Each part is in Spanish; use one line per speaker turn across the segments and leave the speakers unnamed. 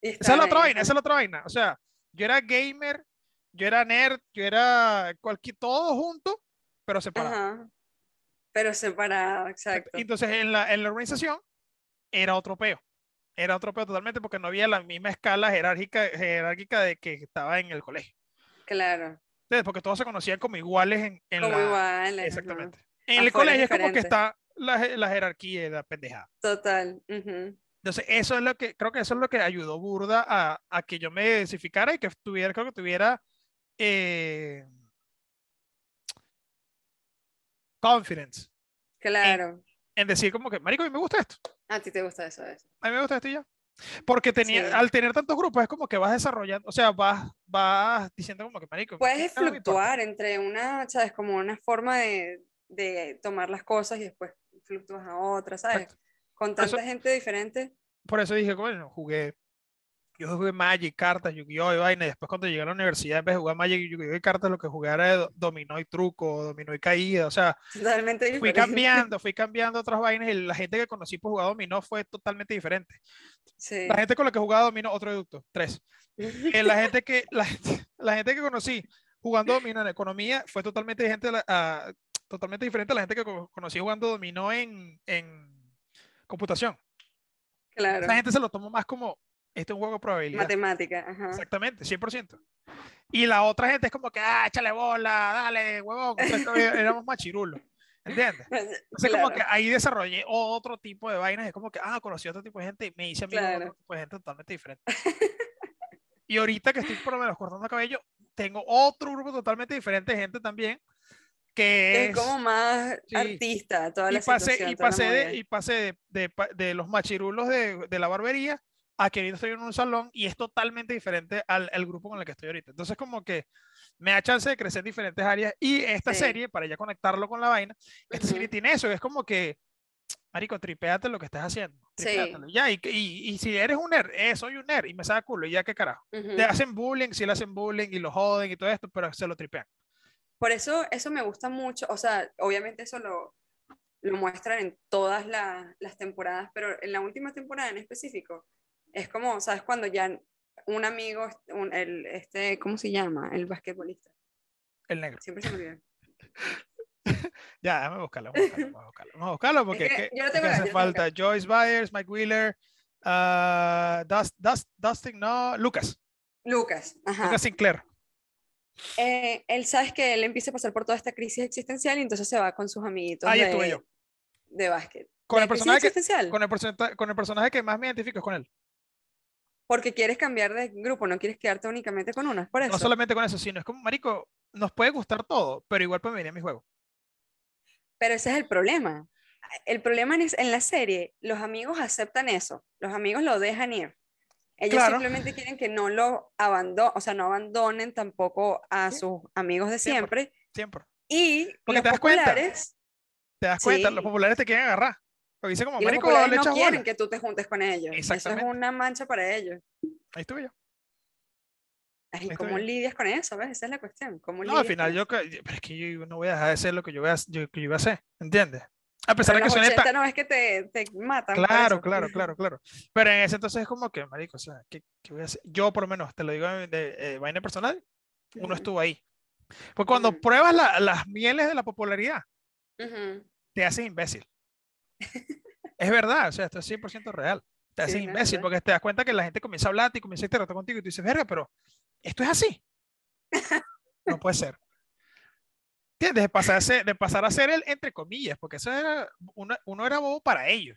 Esa es la otra vaina, esa es la otra vaina. O sea, yo era gamer, yo era nerd, yo era cualquier, todo junto, pero separado.
Ajá. Pero separado, exacto.
Entonces, en la, en la organización era otro peo. Era otro peo totalmente porque no había la misma escala jerárquica, jerárquica de que estaba en el colegio.
Claro.
Entonces, porque todos se conocían como iguales en, en
Como
la...
igual. ajá.
Exactamente. En
Afuera
el
es
colegio es como que
diferente.
está la, je- la jerarquía y la pendejada.
Total. ujú.
Entonces, eso es lo que, creo que eso es lo que ayudó Burda a, a que yo me densificara y que tuviera, creo que tuviera eh, confidence
Claro.
en decir como que, marico, a mí me gusta esto,
A ti te gusta eso, eso.
a mí me gusta esto y ya. Porque tenía,
Sí.
al tener tantos grupos es como que vas desarrollando, o sea, vas, vas diciendo como que, marico,
Puedes
esto no me importa".
fluctuar entre una, ¿sabes? Como una forma de, de tomar las cosas y después fluctúas a otra, ¿sabes?
Exacto.
Con
Por eso-
tanta gente diferente.
Por eso dije, bueno, jugué, yo jugué Magic, cartas, Yu-Gi-Oh! y vaina, y después cuando llegué a la universidad, en vez de jugar Magic, Yu-Gi-Oh! y cartas, lo que jugué era do- dominó y truco, dominó y caída, o sea,
Totalmente diferente.
fui cambiando, fui cambiando otras vainas y la gente que conocí por jugar dominó fue totalmente diferente.
Sí.
La gente con la que jugaba dominó, otro deducto, tres. Eh, la gente que la, gente- la gente que conocí jugando dominó en economía fue totalmente diferente a la- a- totalmente diferente a la gente que co- conocí jugando dominó en, en computación.
Claro.
La gente se lo tomó más como este es un juego de probabilidad.
Matemática. Ajá.
Exactamente, 100%. Y la otra gente es como que, ah, échale bola, dale, huevón. O sea, esto- éramos machirulos. ¿Entiendes? Entonces, como
Claro.
que ahí desarrollé otro tipo de vainas. Es como que, ah, conocí a otro tipo de gente y me hice amigo de
Claro.
otro tipo de gente totalmente diferente. y ahorita que estoy por lo menos cortando cabello, tengo otro grupo totalmente diferente de gente también. Que es.
Es como más
sí.
artista toda
y
la
pasé,
situación.
y
toda la
pasé,
movida.
de, y pasé de, de pa- de los machirulos de, de la barbería a que ahorita estoy en un salón y es totalmente diferente al, al grupo con el que estoy ahorita. Entonces, como que me da chance de crecer en diferentes áreas y esta
Sí.
serie, para ya conectarlo con la vaina, esta serie
Ujú.
tiene eso, es como que, marico, tripéate lo que estás haciendo.
Sí.
tripéatelo, Ya, y, que- y- y si eres un nerd, eh, soy un nerd y me saca culo, y ya qué carajo.
Ujú.
Te hacen bullying, sí le hacen bullying y lo joden y todo esto, pero se lo tripean.
Por eso, eso me gusta mucho. O sea, obviamente eso lo, lo muestran en todas la- las temporadas, pero en la última temporada en específico, es como, ¿sabes? Cuando ya un amigo, un- el, este, ¿cómo se llama? El basquetbolista.
El negro.
Siempre se me olvida.
Ya, déjame buscarlo, vamos a buscarlo, vamos a buscarlo, vamos a buscarlo, porque
que
es que-
yo lo
es
tengo
que
acá,
hace
yo lo tengo
falta Joyce Byers, Mike Wheeler, ah, Dust- Dust- Dustin, no, Lucas,
Lucas, ajá.
Lucas Sinclair.
Eh, él sabes que él empieza a pasar por toda esta crisis existencial y entonces se va con sus amiguitos
Ahí
de,
estuve yo.
de básquet.
Con
¿De
el,
crisis
personaje que,
existencial?
con, el porcenta- con el personaje que más me identifico es con él.
Porque quieres cambiar de grupo, no quieres quedarte únicamente con una, es por eso.
No solamente con eso, sino es como, marico, nos puede gustar todo, pero igual puede venir a mi juego.
Pero ese es el problema. El problema es en la serie, los amigos aceptan eso, los amigos lo dejan ir. Ellos
Claro.
simplemente quieren que no lo abandonen, o sea, no abandonen tampoco a
Sí.
sus amigos de
Siempre.
siempre.
Siempre.
Y
Porque
los
te das cuenta.
populares,
Te das cuenta, los
Sí.
populares te quieren agarrar. Porque dicen como,
y los
marico,
populares
le
no
echas
quieren
bola.
que tú te juntes con ellos. Eso es
Exactamente.
una mancha para ellos.
Ahí estuve yo.
Ay,
Está
¿Cómo
bien.
lidias con eso? ¿Ves? Esa es la cuestión. ¿Cómo
No, al
lidias
final
con
yo,
eso?
que- pero es que yo no voy a dejar de hacer lo que yo voy a, yo- que yo iba a hacer, ¿entiendes? A pesar
Pero
de
en
que
los
suene tan,
80 no es que te, te matan. por
Claro,
eso.
claro, claro, claro. Pero en ese entonces es como que, marico, o sea, ¿qué, qué voy a hacer? Yo, por lo menos, te lo digo de, de, eh, vaina personal, uno
Ujú,
estuvo ahí. Pues cuando
Ujú.
pruebas la- las mieles de la popularidad,
ujú.
te haces imbécil. es verdad, o sea, esto es 100% real. Te haces
Sí, no,
imbécil
claro.
porque te das cuenta que la gente comienza a hablarte y comienza a interactuar contigo y tú dices, verga, pero esto es así. no puede ser. ¿Entiendes? De pasar a ser, de pasar a ser el entre comillas, porque eso era, uno, uno era bobo para ellos.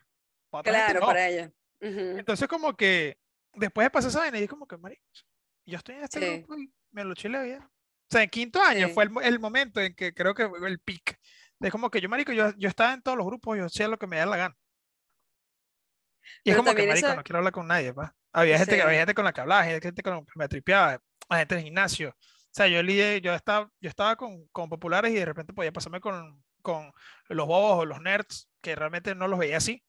Para otra gente
Claro,
no.
para ellos. Ujú.
Entonces, como que después de pasar esa vaina, y como que, marico, yo estoy en este
Sí.
grupo y me lo chile bien. O sea, en quinto año
Sí.
fue el, mo- el momento en que creo que fue el pic. Es como que yo, marico, yo, yo estaba en todos los grupos, yo hacía lo que me da la gana. Y es
Pero
como que,
también
marico,
eso-
no quiero hablar con nadie, pa. Había gente, que,
Sí.
había gente con la que hablaba, había gente con la que me tripeaba, la gente del gimnasio. O sea, yo lidié, yo estaba, yo estaba con, con populares y de repente podía pasarme con, con los bobos o los nerds, que realmente no los veía así.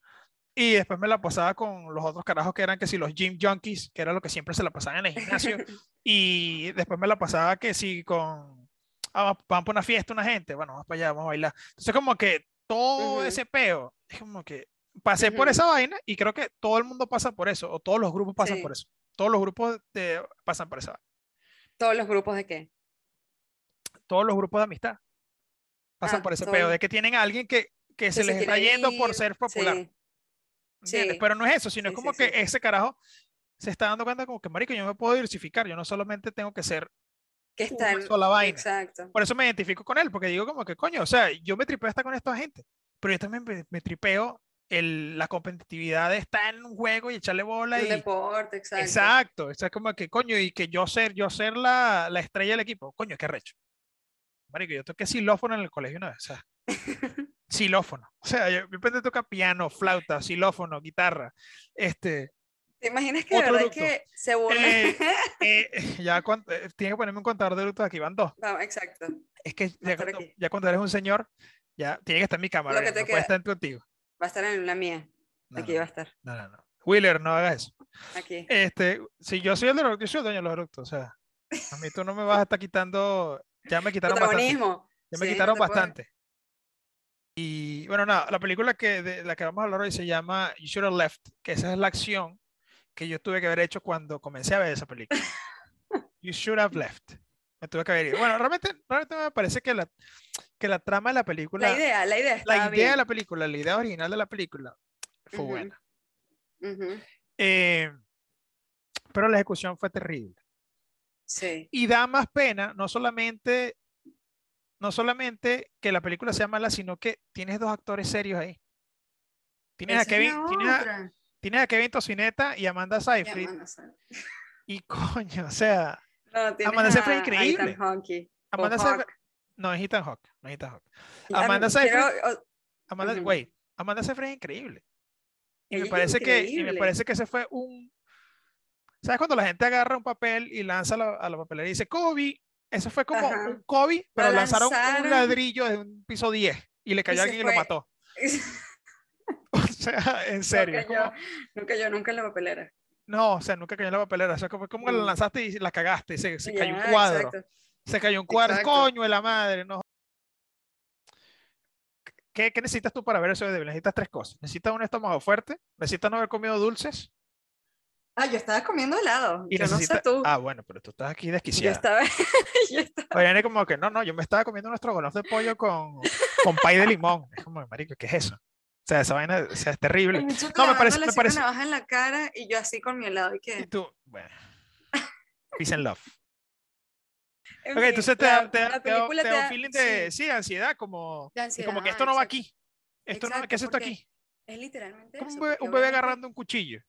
Y después me la pasaba con los otros carajos que eran que si los gym junkies, que era lo que siempre se la pasaban en el gimnasio. y después me la pasaba que si con. "Ah, va- van para una fiesta una gente, bueno, vamos para allá, vamos a bailar. Entonces, como que todo
Ujú.
ese peo, es como que pasé por
Ujú.
esa vaina y creo que todo el mundo pasa por eso, o todos los grupos pasan
Sí.
por eso. Todos los grupos de, pasan por esa vaina.
¿Todos los grupos de qué?
Todos los grupos de amistad pasan
Ah,
por ese
todo.
pedo de que tienen a alguien que, que se
Que se
les está
quiere
yendo por
ir,
ser popular.
Sí.
¿entiendes?
Sí.
Pero no es eso, sino
Sí,
es como
sí,
que
sí.
ese carajo se está dando cuenta como que, marico, yo me puedo diversificar, yo no solamente tengo que ser
Que
una
está en-
sola vaina.
Exacto.
Por eso me identifico con él, porque digo como que, coño, o sea, yo me tripeo hasta con esta gente, pero yo también me, me tripeo el, la competitividad de estar en un juego y echarle bola
Un
y...
deporte, exacto.
Exacto, es como que, coño, y que yo ser, yo ser la, la estrella del equipo, coño, qué recho. Marico, yo toqué xilófono en el colegio una vez, o sea, xilófono. O sea, yo de repente toca piano, flauta, xilófono, guitarra. Este,
¿Te imaginas que de
Otro
verdad
ducto.
que se borra?
Eh, eh, ya cuando, eh, tiene que ponerme un contador de lutos aquí, van dos.
Vamos, exacto.
Es que
Va a
ya
estar
cuando,
aquí.
ya cuando eres un señor, ya tiene que estar en mi cámara,
Lo
ya,
que te
no puede
queda.
estar en contigo.
Va a estar en la mía.
No,
aquí
no,
va a estar.
no, no, no. Wheeler, no hagas eso.
Aquí.
Este, si yo soy el de los yo soy el dueño de los eructos, o sea, a mí tú no me vas a estar quitando, ya me quitaron bastante.
Protagonismo.
Ya
Sí,
me
no
quitaron
te puedo-
bastante. Y bueno, nada, la película que, de la que vamos a hablar hoy se llama You Should Have Left, que esa es la acción que yo tuve que haber hecho cuando comencé a ver esa película. You Should Have Left. Me tuve que haber ido. Bueno, realmente, realmente me parece que la, que la trama de la película,
La idea, la idea está
la idea de la película, la idea original de la película fue
Ujú.
buena. Eh, pero la ejecución fue terrible.
Sí.
y da más pena, no solamente, no solamente que la película sea mala, sino que tienes dos actores serios ahí. Tienes a
Esa es
Kevin,
la
tienes a,
otra.
tienes a Kevin Tocineta y Amanda Seyfried.
Ya, mano, sabe.
Y coño, o sea,
No, tienes
Amanda Seyfried
a- a
increíble.
Ethan Hawke, o
Amanda
Hawke.
Seyfried- no es Ethan Hawke, no es Ethan Hawke.
Ya,
Amanda
quiero- o-
Amanda,
Ujú.
wait, Amanda Seyfried es increíble. Y
Ella
me
es
parece que, y me
increíble.
parece que ese fue un, ¿sabes cuando la gente agarra un papel y lanza a la, a la papelera y dice Kobe? Eso fue como
Ajá.
un Kobe, pero lanzaron un
lanzaron.
ladrillo de un piso 10 y le cayó
se
alguien y lo
fue.
mató. O sea, en serio. es
Nunca
como-
yo- Nunca yo, nunca en la papelera.
no, o sea, nunca cayó en la papelera. O sea, como, como que la
Mm.
lanzaste y la cagaste, y se, se cayó un
Ya,
cuadro.
exacto.
Se cayó un cuadro.
Exacto.
Coño de la madre, no. ¿Qué, qué necesitas tú para ver eso de débil? Necesitas tres cosas. Necesitas un estómago fuerte, necesitas no haber comido dulces
Ah, yo estaba comiendo helado.
y
yo
necesitas...
no sé tú.
Ah, bueno, pero tú estás aquí
yo
desquiciada.
estaba. yo estaba-
Oye, Ana, como que no, no, yo me estaba comiendo nuestro golof de pollo con, con pay de limón. Es como, marico, ¿qué es eso? O sea, esa vaina o sea, es terrible.
el bicho
parece-
clavándole
me
así
parece-
Una navaja en la cara y yo así con mi helado. ¿Y
Y
qué?
tú, bueno. Peace and love.
En
Ok,
fin,
entonces te
la-
da, te da-
la
te da-
película
te
te
da un
da-
feeling
sí,
de, sí, ansiedad, como,
de
y como
ansiedad,
que esto no va
exacto.
aquí. Esto no,
Exacto,
¿Qué es esto
porque
aquí?
Es literalmente
Como un
eso,
bebé,
porque
un bebé
obviamente-
agarrando un cuchillo.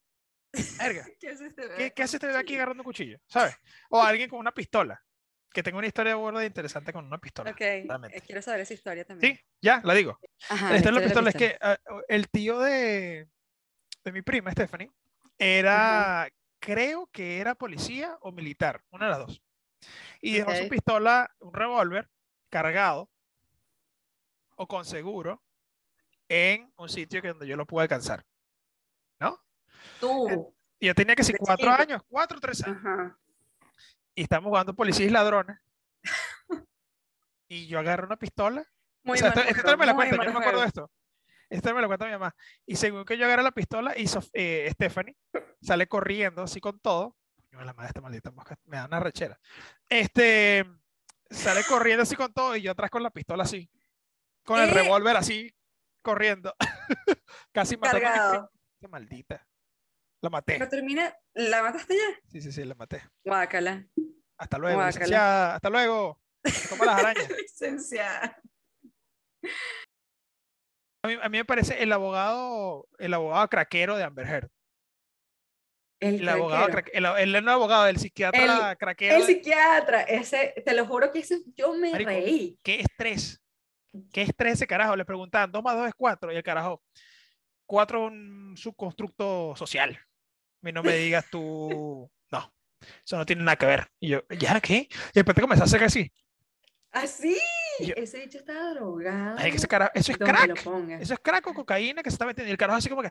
Verga,
¿Qué hace este bebé?
¿qué, qué
con
hace
un
este bebé aquí
cuchillo?
agarrando un cuchillo? ¿Sabes? O alguien con una pistola. Que tengo una historia burda interesante con una pistola.
Ok, eh,
Claramente.
quiero saber esa historia también.
Sí, ya, la digo.
Ajá,
La historia de la
historia
pistola es que ah, el tío de, de mi prima, Stephanie, era, creo que era policía o militar, una de las dos. Y dejó su
Ok.
pistola, un revólver, cargado o con seguro en un sitio que donde yo lo pude alcanzar.
Tú.
Y yo tenía que si
De
cuatro
chiquito.
años, cuatro o tres años.
Ajá.
Y estamos jugando policías y ladrones. Y yo agarré una pistola
Muy
o sea,
mal
esto- esta
juego,
me la
muy
cuenta, yo
mal
no me acuerdo
juego.
de esto. Esta me la cuenta mi mamá. Y según que yo agarré la pistola, y Sof- eh, Stephanie sale corriendo así con todo. Coño, la madre, esta maldita mosca me da una rechera. Este sale corriendo así con todo y yo atrás con la pistola así, con el
¿Eh?
revólver así, corriendo. Casi matando a mi prima,
Cargado.
esta maldita. La maté.
Pero termina. ¿La mataste ya?
Sí, sí, sí, la maté.
Guácala.
Hasta luego,
Guácala.
licenciada. Hasta luego. Se Toma las arañas.
Licenciada.
A mí, a mí me parece el abogado, el abogado craquero de Amber Heard.
El,
El abogado,
craquero.
craque- el, ab- el, no abogado, el psiquiatra craquero.
El
de-
psiquiatra. Ese, te lo juro que ese, yo me
Marico.
reí.
¿Qué estrés? ¿Qué estrés ese carajo? Le preguntaban, 2 más 2 es 4. Y el carajo, 4 es un subconstructo social. A mí no me digas tú, no, eso no tiene nada que ver. Y yo, ¿ya qué? Y de repente comenzó a hacer así.
Así.
Yo-
Ese bicho está drogado.
Ay, que ese carajo, eso es
donde lo
crack.
ponga.
Eso es crack o cocaína que se está metiendo. Y el carajo así como que,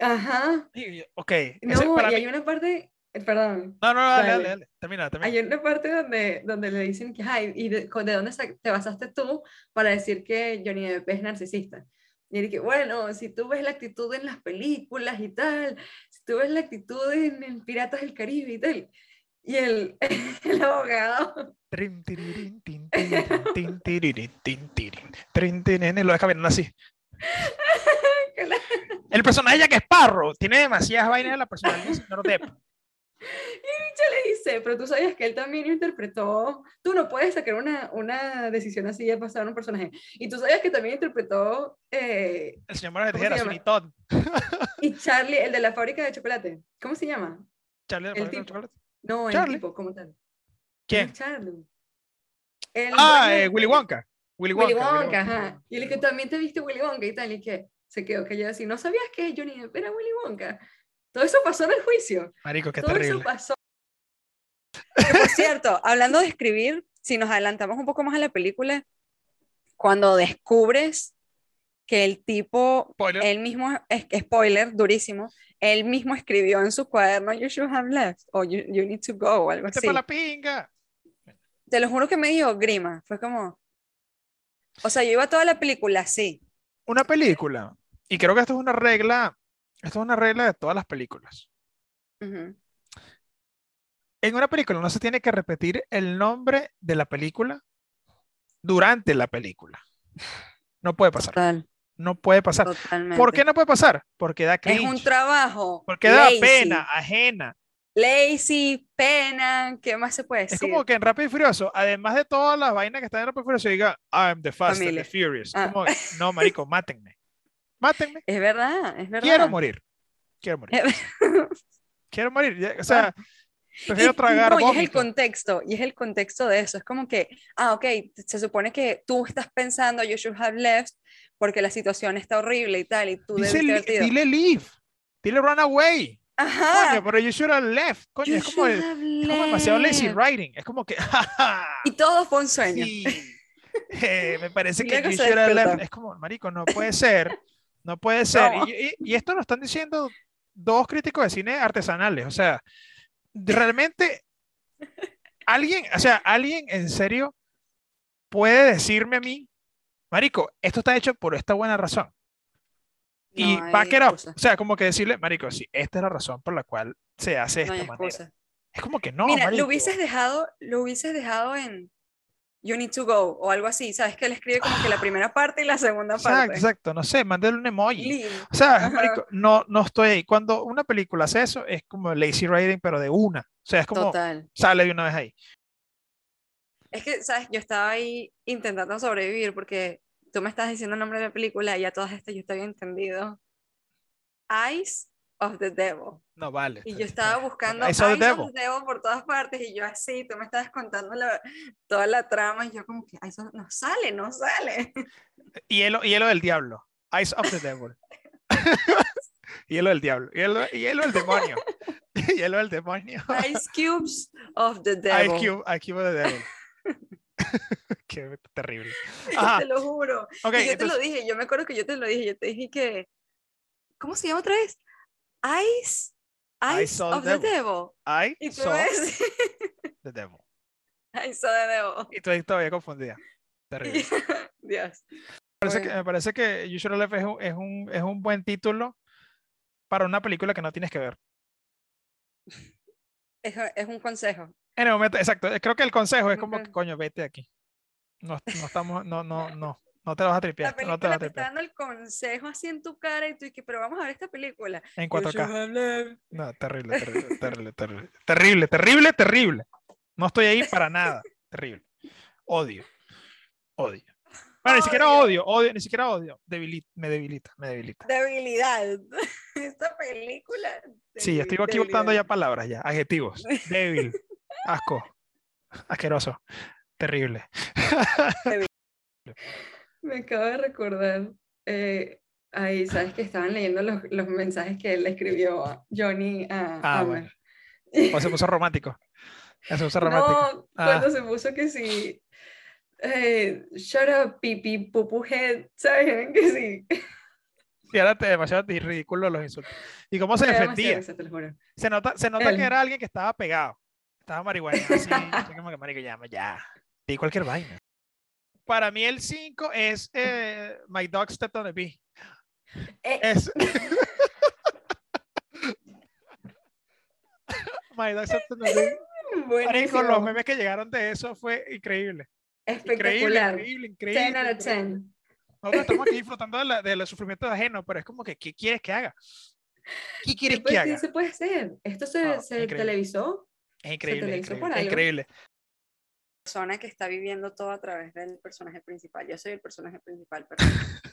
Ajá.
y yo, ok. ese
No,
para
y
mí-
hay una parte. eh, Perdón.
no, no, dale,
Dale.
dale, dale. Termina, termina.
Hay una parte donde, donde le dicen que, ay, ¿y de, co- de dónde sa- te basaste tú para decir que Johnny Depp es narcisista?
Y dije, bueno, si tú ves la actitud en las películas y tal, si tú ves la actitud en, en Piratas del Caribe y tal. Y el, el abogado,
Trin, tirirín, tin, tin, tin, tirirín, tin, tirirín. Trin, tin, nene, lo deja mirando así. El personaje ya que es Parro, tiene demasiadas vainas de la personalidad del señor Depp.
ya le dice, pero tú sabías que él también interpretó, tú no puedes sacar una, una decisión así de pasar a un personaje. Y tú sabías que también interpretó eh,
El señor Manos de
¿Cómo se
Tijera,
llama?
Sweeney Todd.
y Charlie, el de la fábrica de chocolate. ¿Cómo se llama?
Charlie de la
El
fábrica de
tipo.
chocolate.
No, el
Charlie.
tipo, como tal.
¿Quién?
Charlie. El
Ah,
dueño
eh,
de-
Willy Wonka. Willy Wonka.
Willy Wonka,
Willy
ajá. Y le dije, también te viste Willy Wonka y tal, y que se quedó callado así. No sabías que Johnny Depp era Willy Wonka. Todo eso pasó en el juicio.
Marico, qué
Todo eso
terrible.
pasó.
Que, por cierto, hablando de escribir, si nos adelantamos un poco más a la película, cuando descubres que el tipo,
Spoiler.
Eh,
él mismo, es, spoiler, durísimo, él mismo escribió en su cuaderno, You should have left, o You, you need to go, o algo
Vete
así.
para la pinga.
Te lo juro que me dio grima, fue como... O sea, yo iba toda la película así.
Una película. Y creo que esto es una regla. Esto es una regla de todas las películas.
Ujú.
En una película no se tiene que repetir el nombre de la película durante la película. No puede pasar.
Total,
No puede pasar.
totalmente.
¿Por qué no puede pasar? Porque da
Es
cringe.
un trabajo.
porque da
lazy,
pena ajena.
Lazy, pena, ¿qué más se puede decir?
Es como que en Rápido y Furioso, además de todas las vainas que están en Rápido y Furioso, diga, I'm the fast and
Familia.
the furious.
Ah.
Como, no, marico, mátenme. Mátenme.
Es verdad, es verdad. Eh,
Quiero morir. Quiero morir. Quiero morir. Ya, O sea, prefiero
Ah. Y-
tragar
no, y es el
vómito.
contexto, y es el contexto de eso. Es como que, ah, ok, se supone que tú estás pensando, you should have left, porque la situación está horrible y tal, y tú
Dice,
debiste
li-
haberte ido.
dile leave. Dile run away.
Ajá,
Coño, pero you should have left. Coño,
Ah. you
es como,
should
es
have
como demasiado lazy
left.
writing. Es como que, "Ja,
Y todo fue un
ja,
sueño.
sí". Eh, me parece
Y
que
luego
you
se
should have
despierta.
left. Es como, marico, no puede ser. No puede ser.
No.
Y, y- y esto lo están diciendo dos críticos de cine artesanales. O sea, realmente, alguien, o sea, alguien en serio puede decirme a mí, marico, esto está hecho por esta buena razón y
No hay
back it up.
excusa,
O sea, como que decirle, marico, sí, esta es la razón por la cual se hace de
no hay
esta manera.
excusa.
Es como que no,
Mira,
marico.
lo hubieses dejado, lo hubieses dejado en You need to go o algo así, sabes que él escribe como que la primera parte y la segunda
Exacto,
parte.
exacto, no sé, mándale un emoji.
Leave.
O sea,
Ajá.
marico, no, no estoy ahí. Cuando una película hace eso, es como lazy writing, pero de una. O sea, es como
Total.
sale de una vez ahí.
Es que, ¿sabes? Yo estaba ahí intentando sobrevivir porque tú me estás diciendo el nombre de la película y a todas estas yo estaba entendido. Eyes of the Devil.
No vale.
Y yo estaba buscando
Eyes of the Devil.
por todas partes y yo así, tú me estabas contando la- toda la trama y yo como que "Eyes of- no sale, no sale.
Hielo, hielo del diablo. Eyes of the devil. hielo del diablo. Hielo, hielo del demonio. hielo del demonio.
Ice Cubes of the Devil.
Ice Cube, Ice Cube of the devil. Qué terrible. Ajá.
Te lo juro.
Ok,
Y yo
entonces-
te lo dije, yo me acuerdo que yo te lo dije, yo te dije que, ¿cómo se llama otra vez? Eyes,
I
Eyes
saw the
of the
devil.
Devil.
I
Y tú
saw
ves,
the devil.
I saw the devil.
Y estoy todavía confundida. Terrible. Me
Dios.
parece que,
Bueno.
me parece que You Should Have Left es un, es, un, es un buen título para una película que no tienes que ver.
Es, es un consejo.
En el momento, exacto. eh, Creo que el consejo es como
Ok.
que, coño, vete de aquí. No, no estamos, no, no, no. No te vas a
La
tripear. No te
película
vas a
te está
tripear.
dando el consejo así en tu cara y tú dices, pero vamos a ver esta película.
En
You
4K.
should have left.
No, terrible, terrible, terrible, terrible. Terrible, terrible, terrible. No estoy ahí para nada. Terrible. Odio. Odio. Bueno, ni siquiera
Odio.
odio, odio, ni siquiera odio. Debili- me debilita, me debilita.
Debilidad. Esta película.
Sí, ya estoy
debil-
aquí botando ya
debilidad.
palabras, ya, adjetivos. Débil, asco, asqueroso, terrible.
Me acabo de recordar. eh, ahí, ¿sabes? Que estaban leyendo los, los mensajes que él escribió a Johnny a
Ah,
a
bueno.
Amber.
O se puso romántico. Ya se puso romántico. Ah.
No, cuando se puso que sí. eh, shut up, pipi, pupu head. ¿Saben que sí?
Y ahora te demasiado te- ridículo los insultos. ¿Y cómo se
Me da demasiada
defendía?
risa, te lo juro.
Se nota, se nota
Él.
que era alguien que estaba pegado. Estaba marihuana, así. yo como que, marico, ya, ya. Di cualquier vaina. Para mí el 5 es eh, My Dog Stepped on a Bee.
Eh.
Es... My Dog Stepped on a Bee. Marico, los
Buenísimo.
memes que llegaron de eso fue increíble. Increíble,
Espectacular.
increíble,
10
increíble.
out of
increíble.
10.
Nosotros estamos aquí disfrutando de la- del sufrimiento de ajeno, pero es como que, ¿qué quieres que haga? ¿Qué quieres
Pues,
que
¿qué
haga?
se puede hacer? Esto se,
No,
se
Oh, increíble.
televisó.
Es increíble, es
televisó por
increíble, es
algo.
increíble.
persona que está viviendo todo a través del personaje principal. Yo soy el personaje principal, pero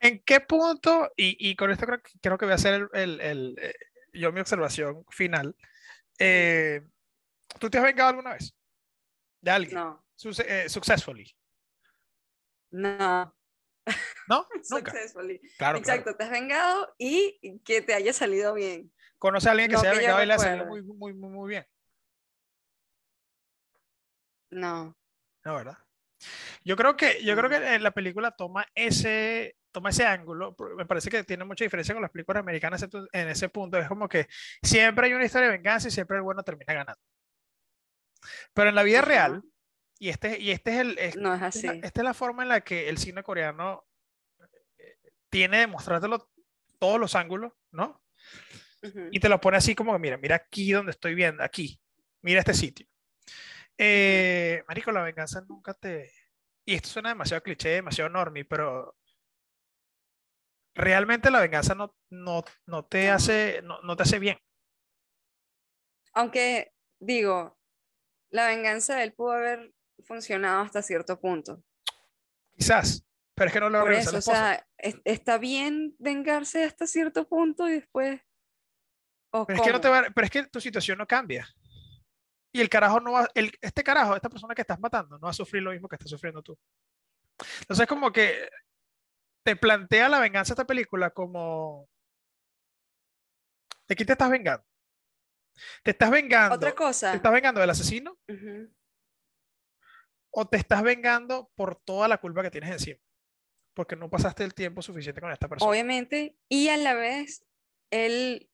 ¿En qué punto? Y, y con esto creo, que- creo que voy a hacer el, el- el, eh, yo mi observación final. Eh, ¿Tú te has vengado alguna vez? De alguien.
no,
Suce- eh, successfully.
no.
¿No? Nunca.
Successfully.
Claro, claro.
Exacto, te has vengado y que te haya salido bien.
Conoce a alguien que
Lo
se haya
que yo
vengado y le ha salido muy,
recuerde.
muy, muy, muy bien.
No.
No, ¿verdad? Yo creo que, yo creo
Mm.
que eh, la película toma ese, toma ese ángulo. por- Me parece que tiene mucha diferencia con las películas americanas excepto en ese punto. Es como que siempre hay una historia de venganza y siempre el bueno termina ganando. Pero en la vida
Ajá. Mm,
real, y este, y este es el, es-
No es
esta, es
así.
la- esta es la forma en la que el cine coreano eh, tiene de mostrártelo todos los ángulos, ¿no?
Ujú.
y te lo pone así como que mira, mira aquí donde estoy viendo, aquí, mira este sitio. Eh, marico, la venganza nunca te... Y esto suena demasiado cliché, demasiado normie, pero realmente la venganza no, no, no te
No.
hace, no, no te hace bien.
Aunque digo, la venganza de él pudo haber funcionado hasta cierto punto.
Quizás, pero es que no lo
Por
regresa a
eso,
la
o
esposa.
sea, es- está bien vengarse hasta cierto punto y después... ¿o
pero, es que no te
cómo?
va a- pero es que tu situación no cambia. Y el carajo no va, el, este carajo, esta persona que estás matando, no va a sufrir lo mismo que estás sufriendo tú. Entonces, como que te plantea la venganza esta película como. ¿De quién te estás vengando? ¿Te estás vengando?
Otra cosa.
¿Te estás vengando del asesino?
Ujú.
¿O te estás vengando por toda la culpa que tienes encima? Porque no pasaste el tiempo suficiente con esta persona.
Obviamente, y a la vez, él,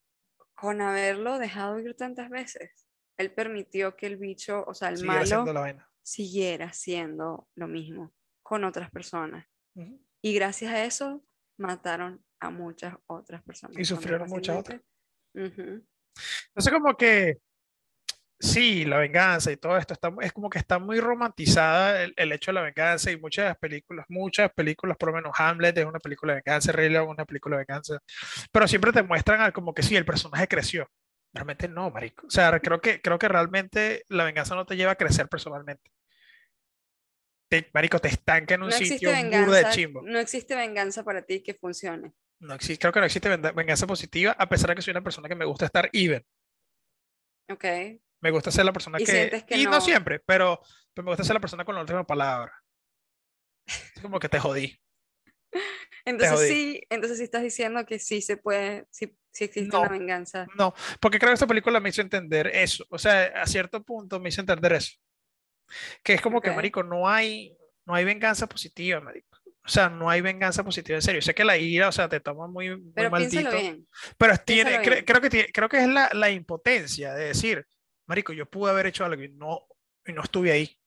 con haberlo dejado ir tantas veces, él permitió que el bicho, o sea, el
Siguiera
malo,
haciendo la vaina.
siguiera haciendo lo mismo con otras personas.
Ujú.
Y gracias a eso, mataron a muchas otras personas.
Y sufrieron muchas otras.
otras.
Entonces como que sí, la venganza y todo esto está, mu- es como que está muy romantizada el, el hecho de la venganza y muchas de las películas, muchas películas, por lo menos Hamlet es una película de venganza, Rey León es una película de venganza, pero siempre te muestran al- como que sí, el personaje creció. Realmente no, marico. O sea, creo que, creo que realmente la venganza no te lleva a crecer personalmente. Te- marico, te estanca en un
No existe
sitio burda de
venganza.
chimbo.
No existe venganza para ti que funcione.
No existe, creo que no existe venda- venganza positiva, a pesar de que soy una persona que me gusta estar even.
¿Ok?
Me gusta ser la persona
Y
que.
sientes que
y no.
no.
siempre, pero, pero me gusta ser la persona con la última palabra. Es como que te jodí.
Entonces
jodí.
sí, entonces sí estás diciendo que sí se puede, sí, sí existe
No.
una venganza.
No, porque creo que esta película me hizo entender eso. O sea, a cierto punto me hizo entender eso. Que es como que,
Ok.
marico, no hay, no hay venganza positiva, marico. O sea, no hay venganza positiva, en serio. Sé que la ira, o sea, te toma muy, muy
Pero
maldito.
piénsalo bien.
Pero tiene,
piénsalo
cre-
bien.
creo que tiene- creo que es la, la impotencia de decir, marico, yo pude haber hecho algo y no, y no estuve ahí.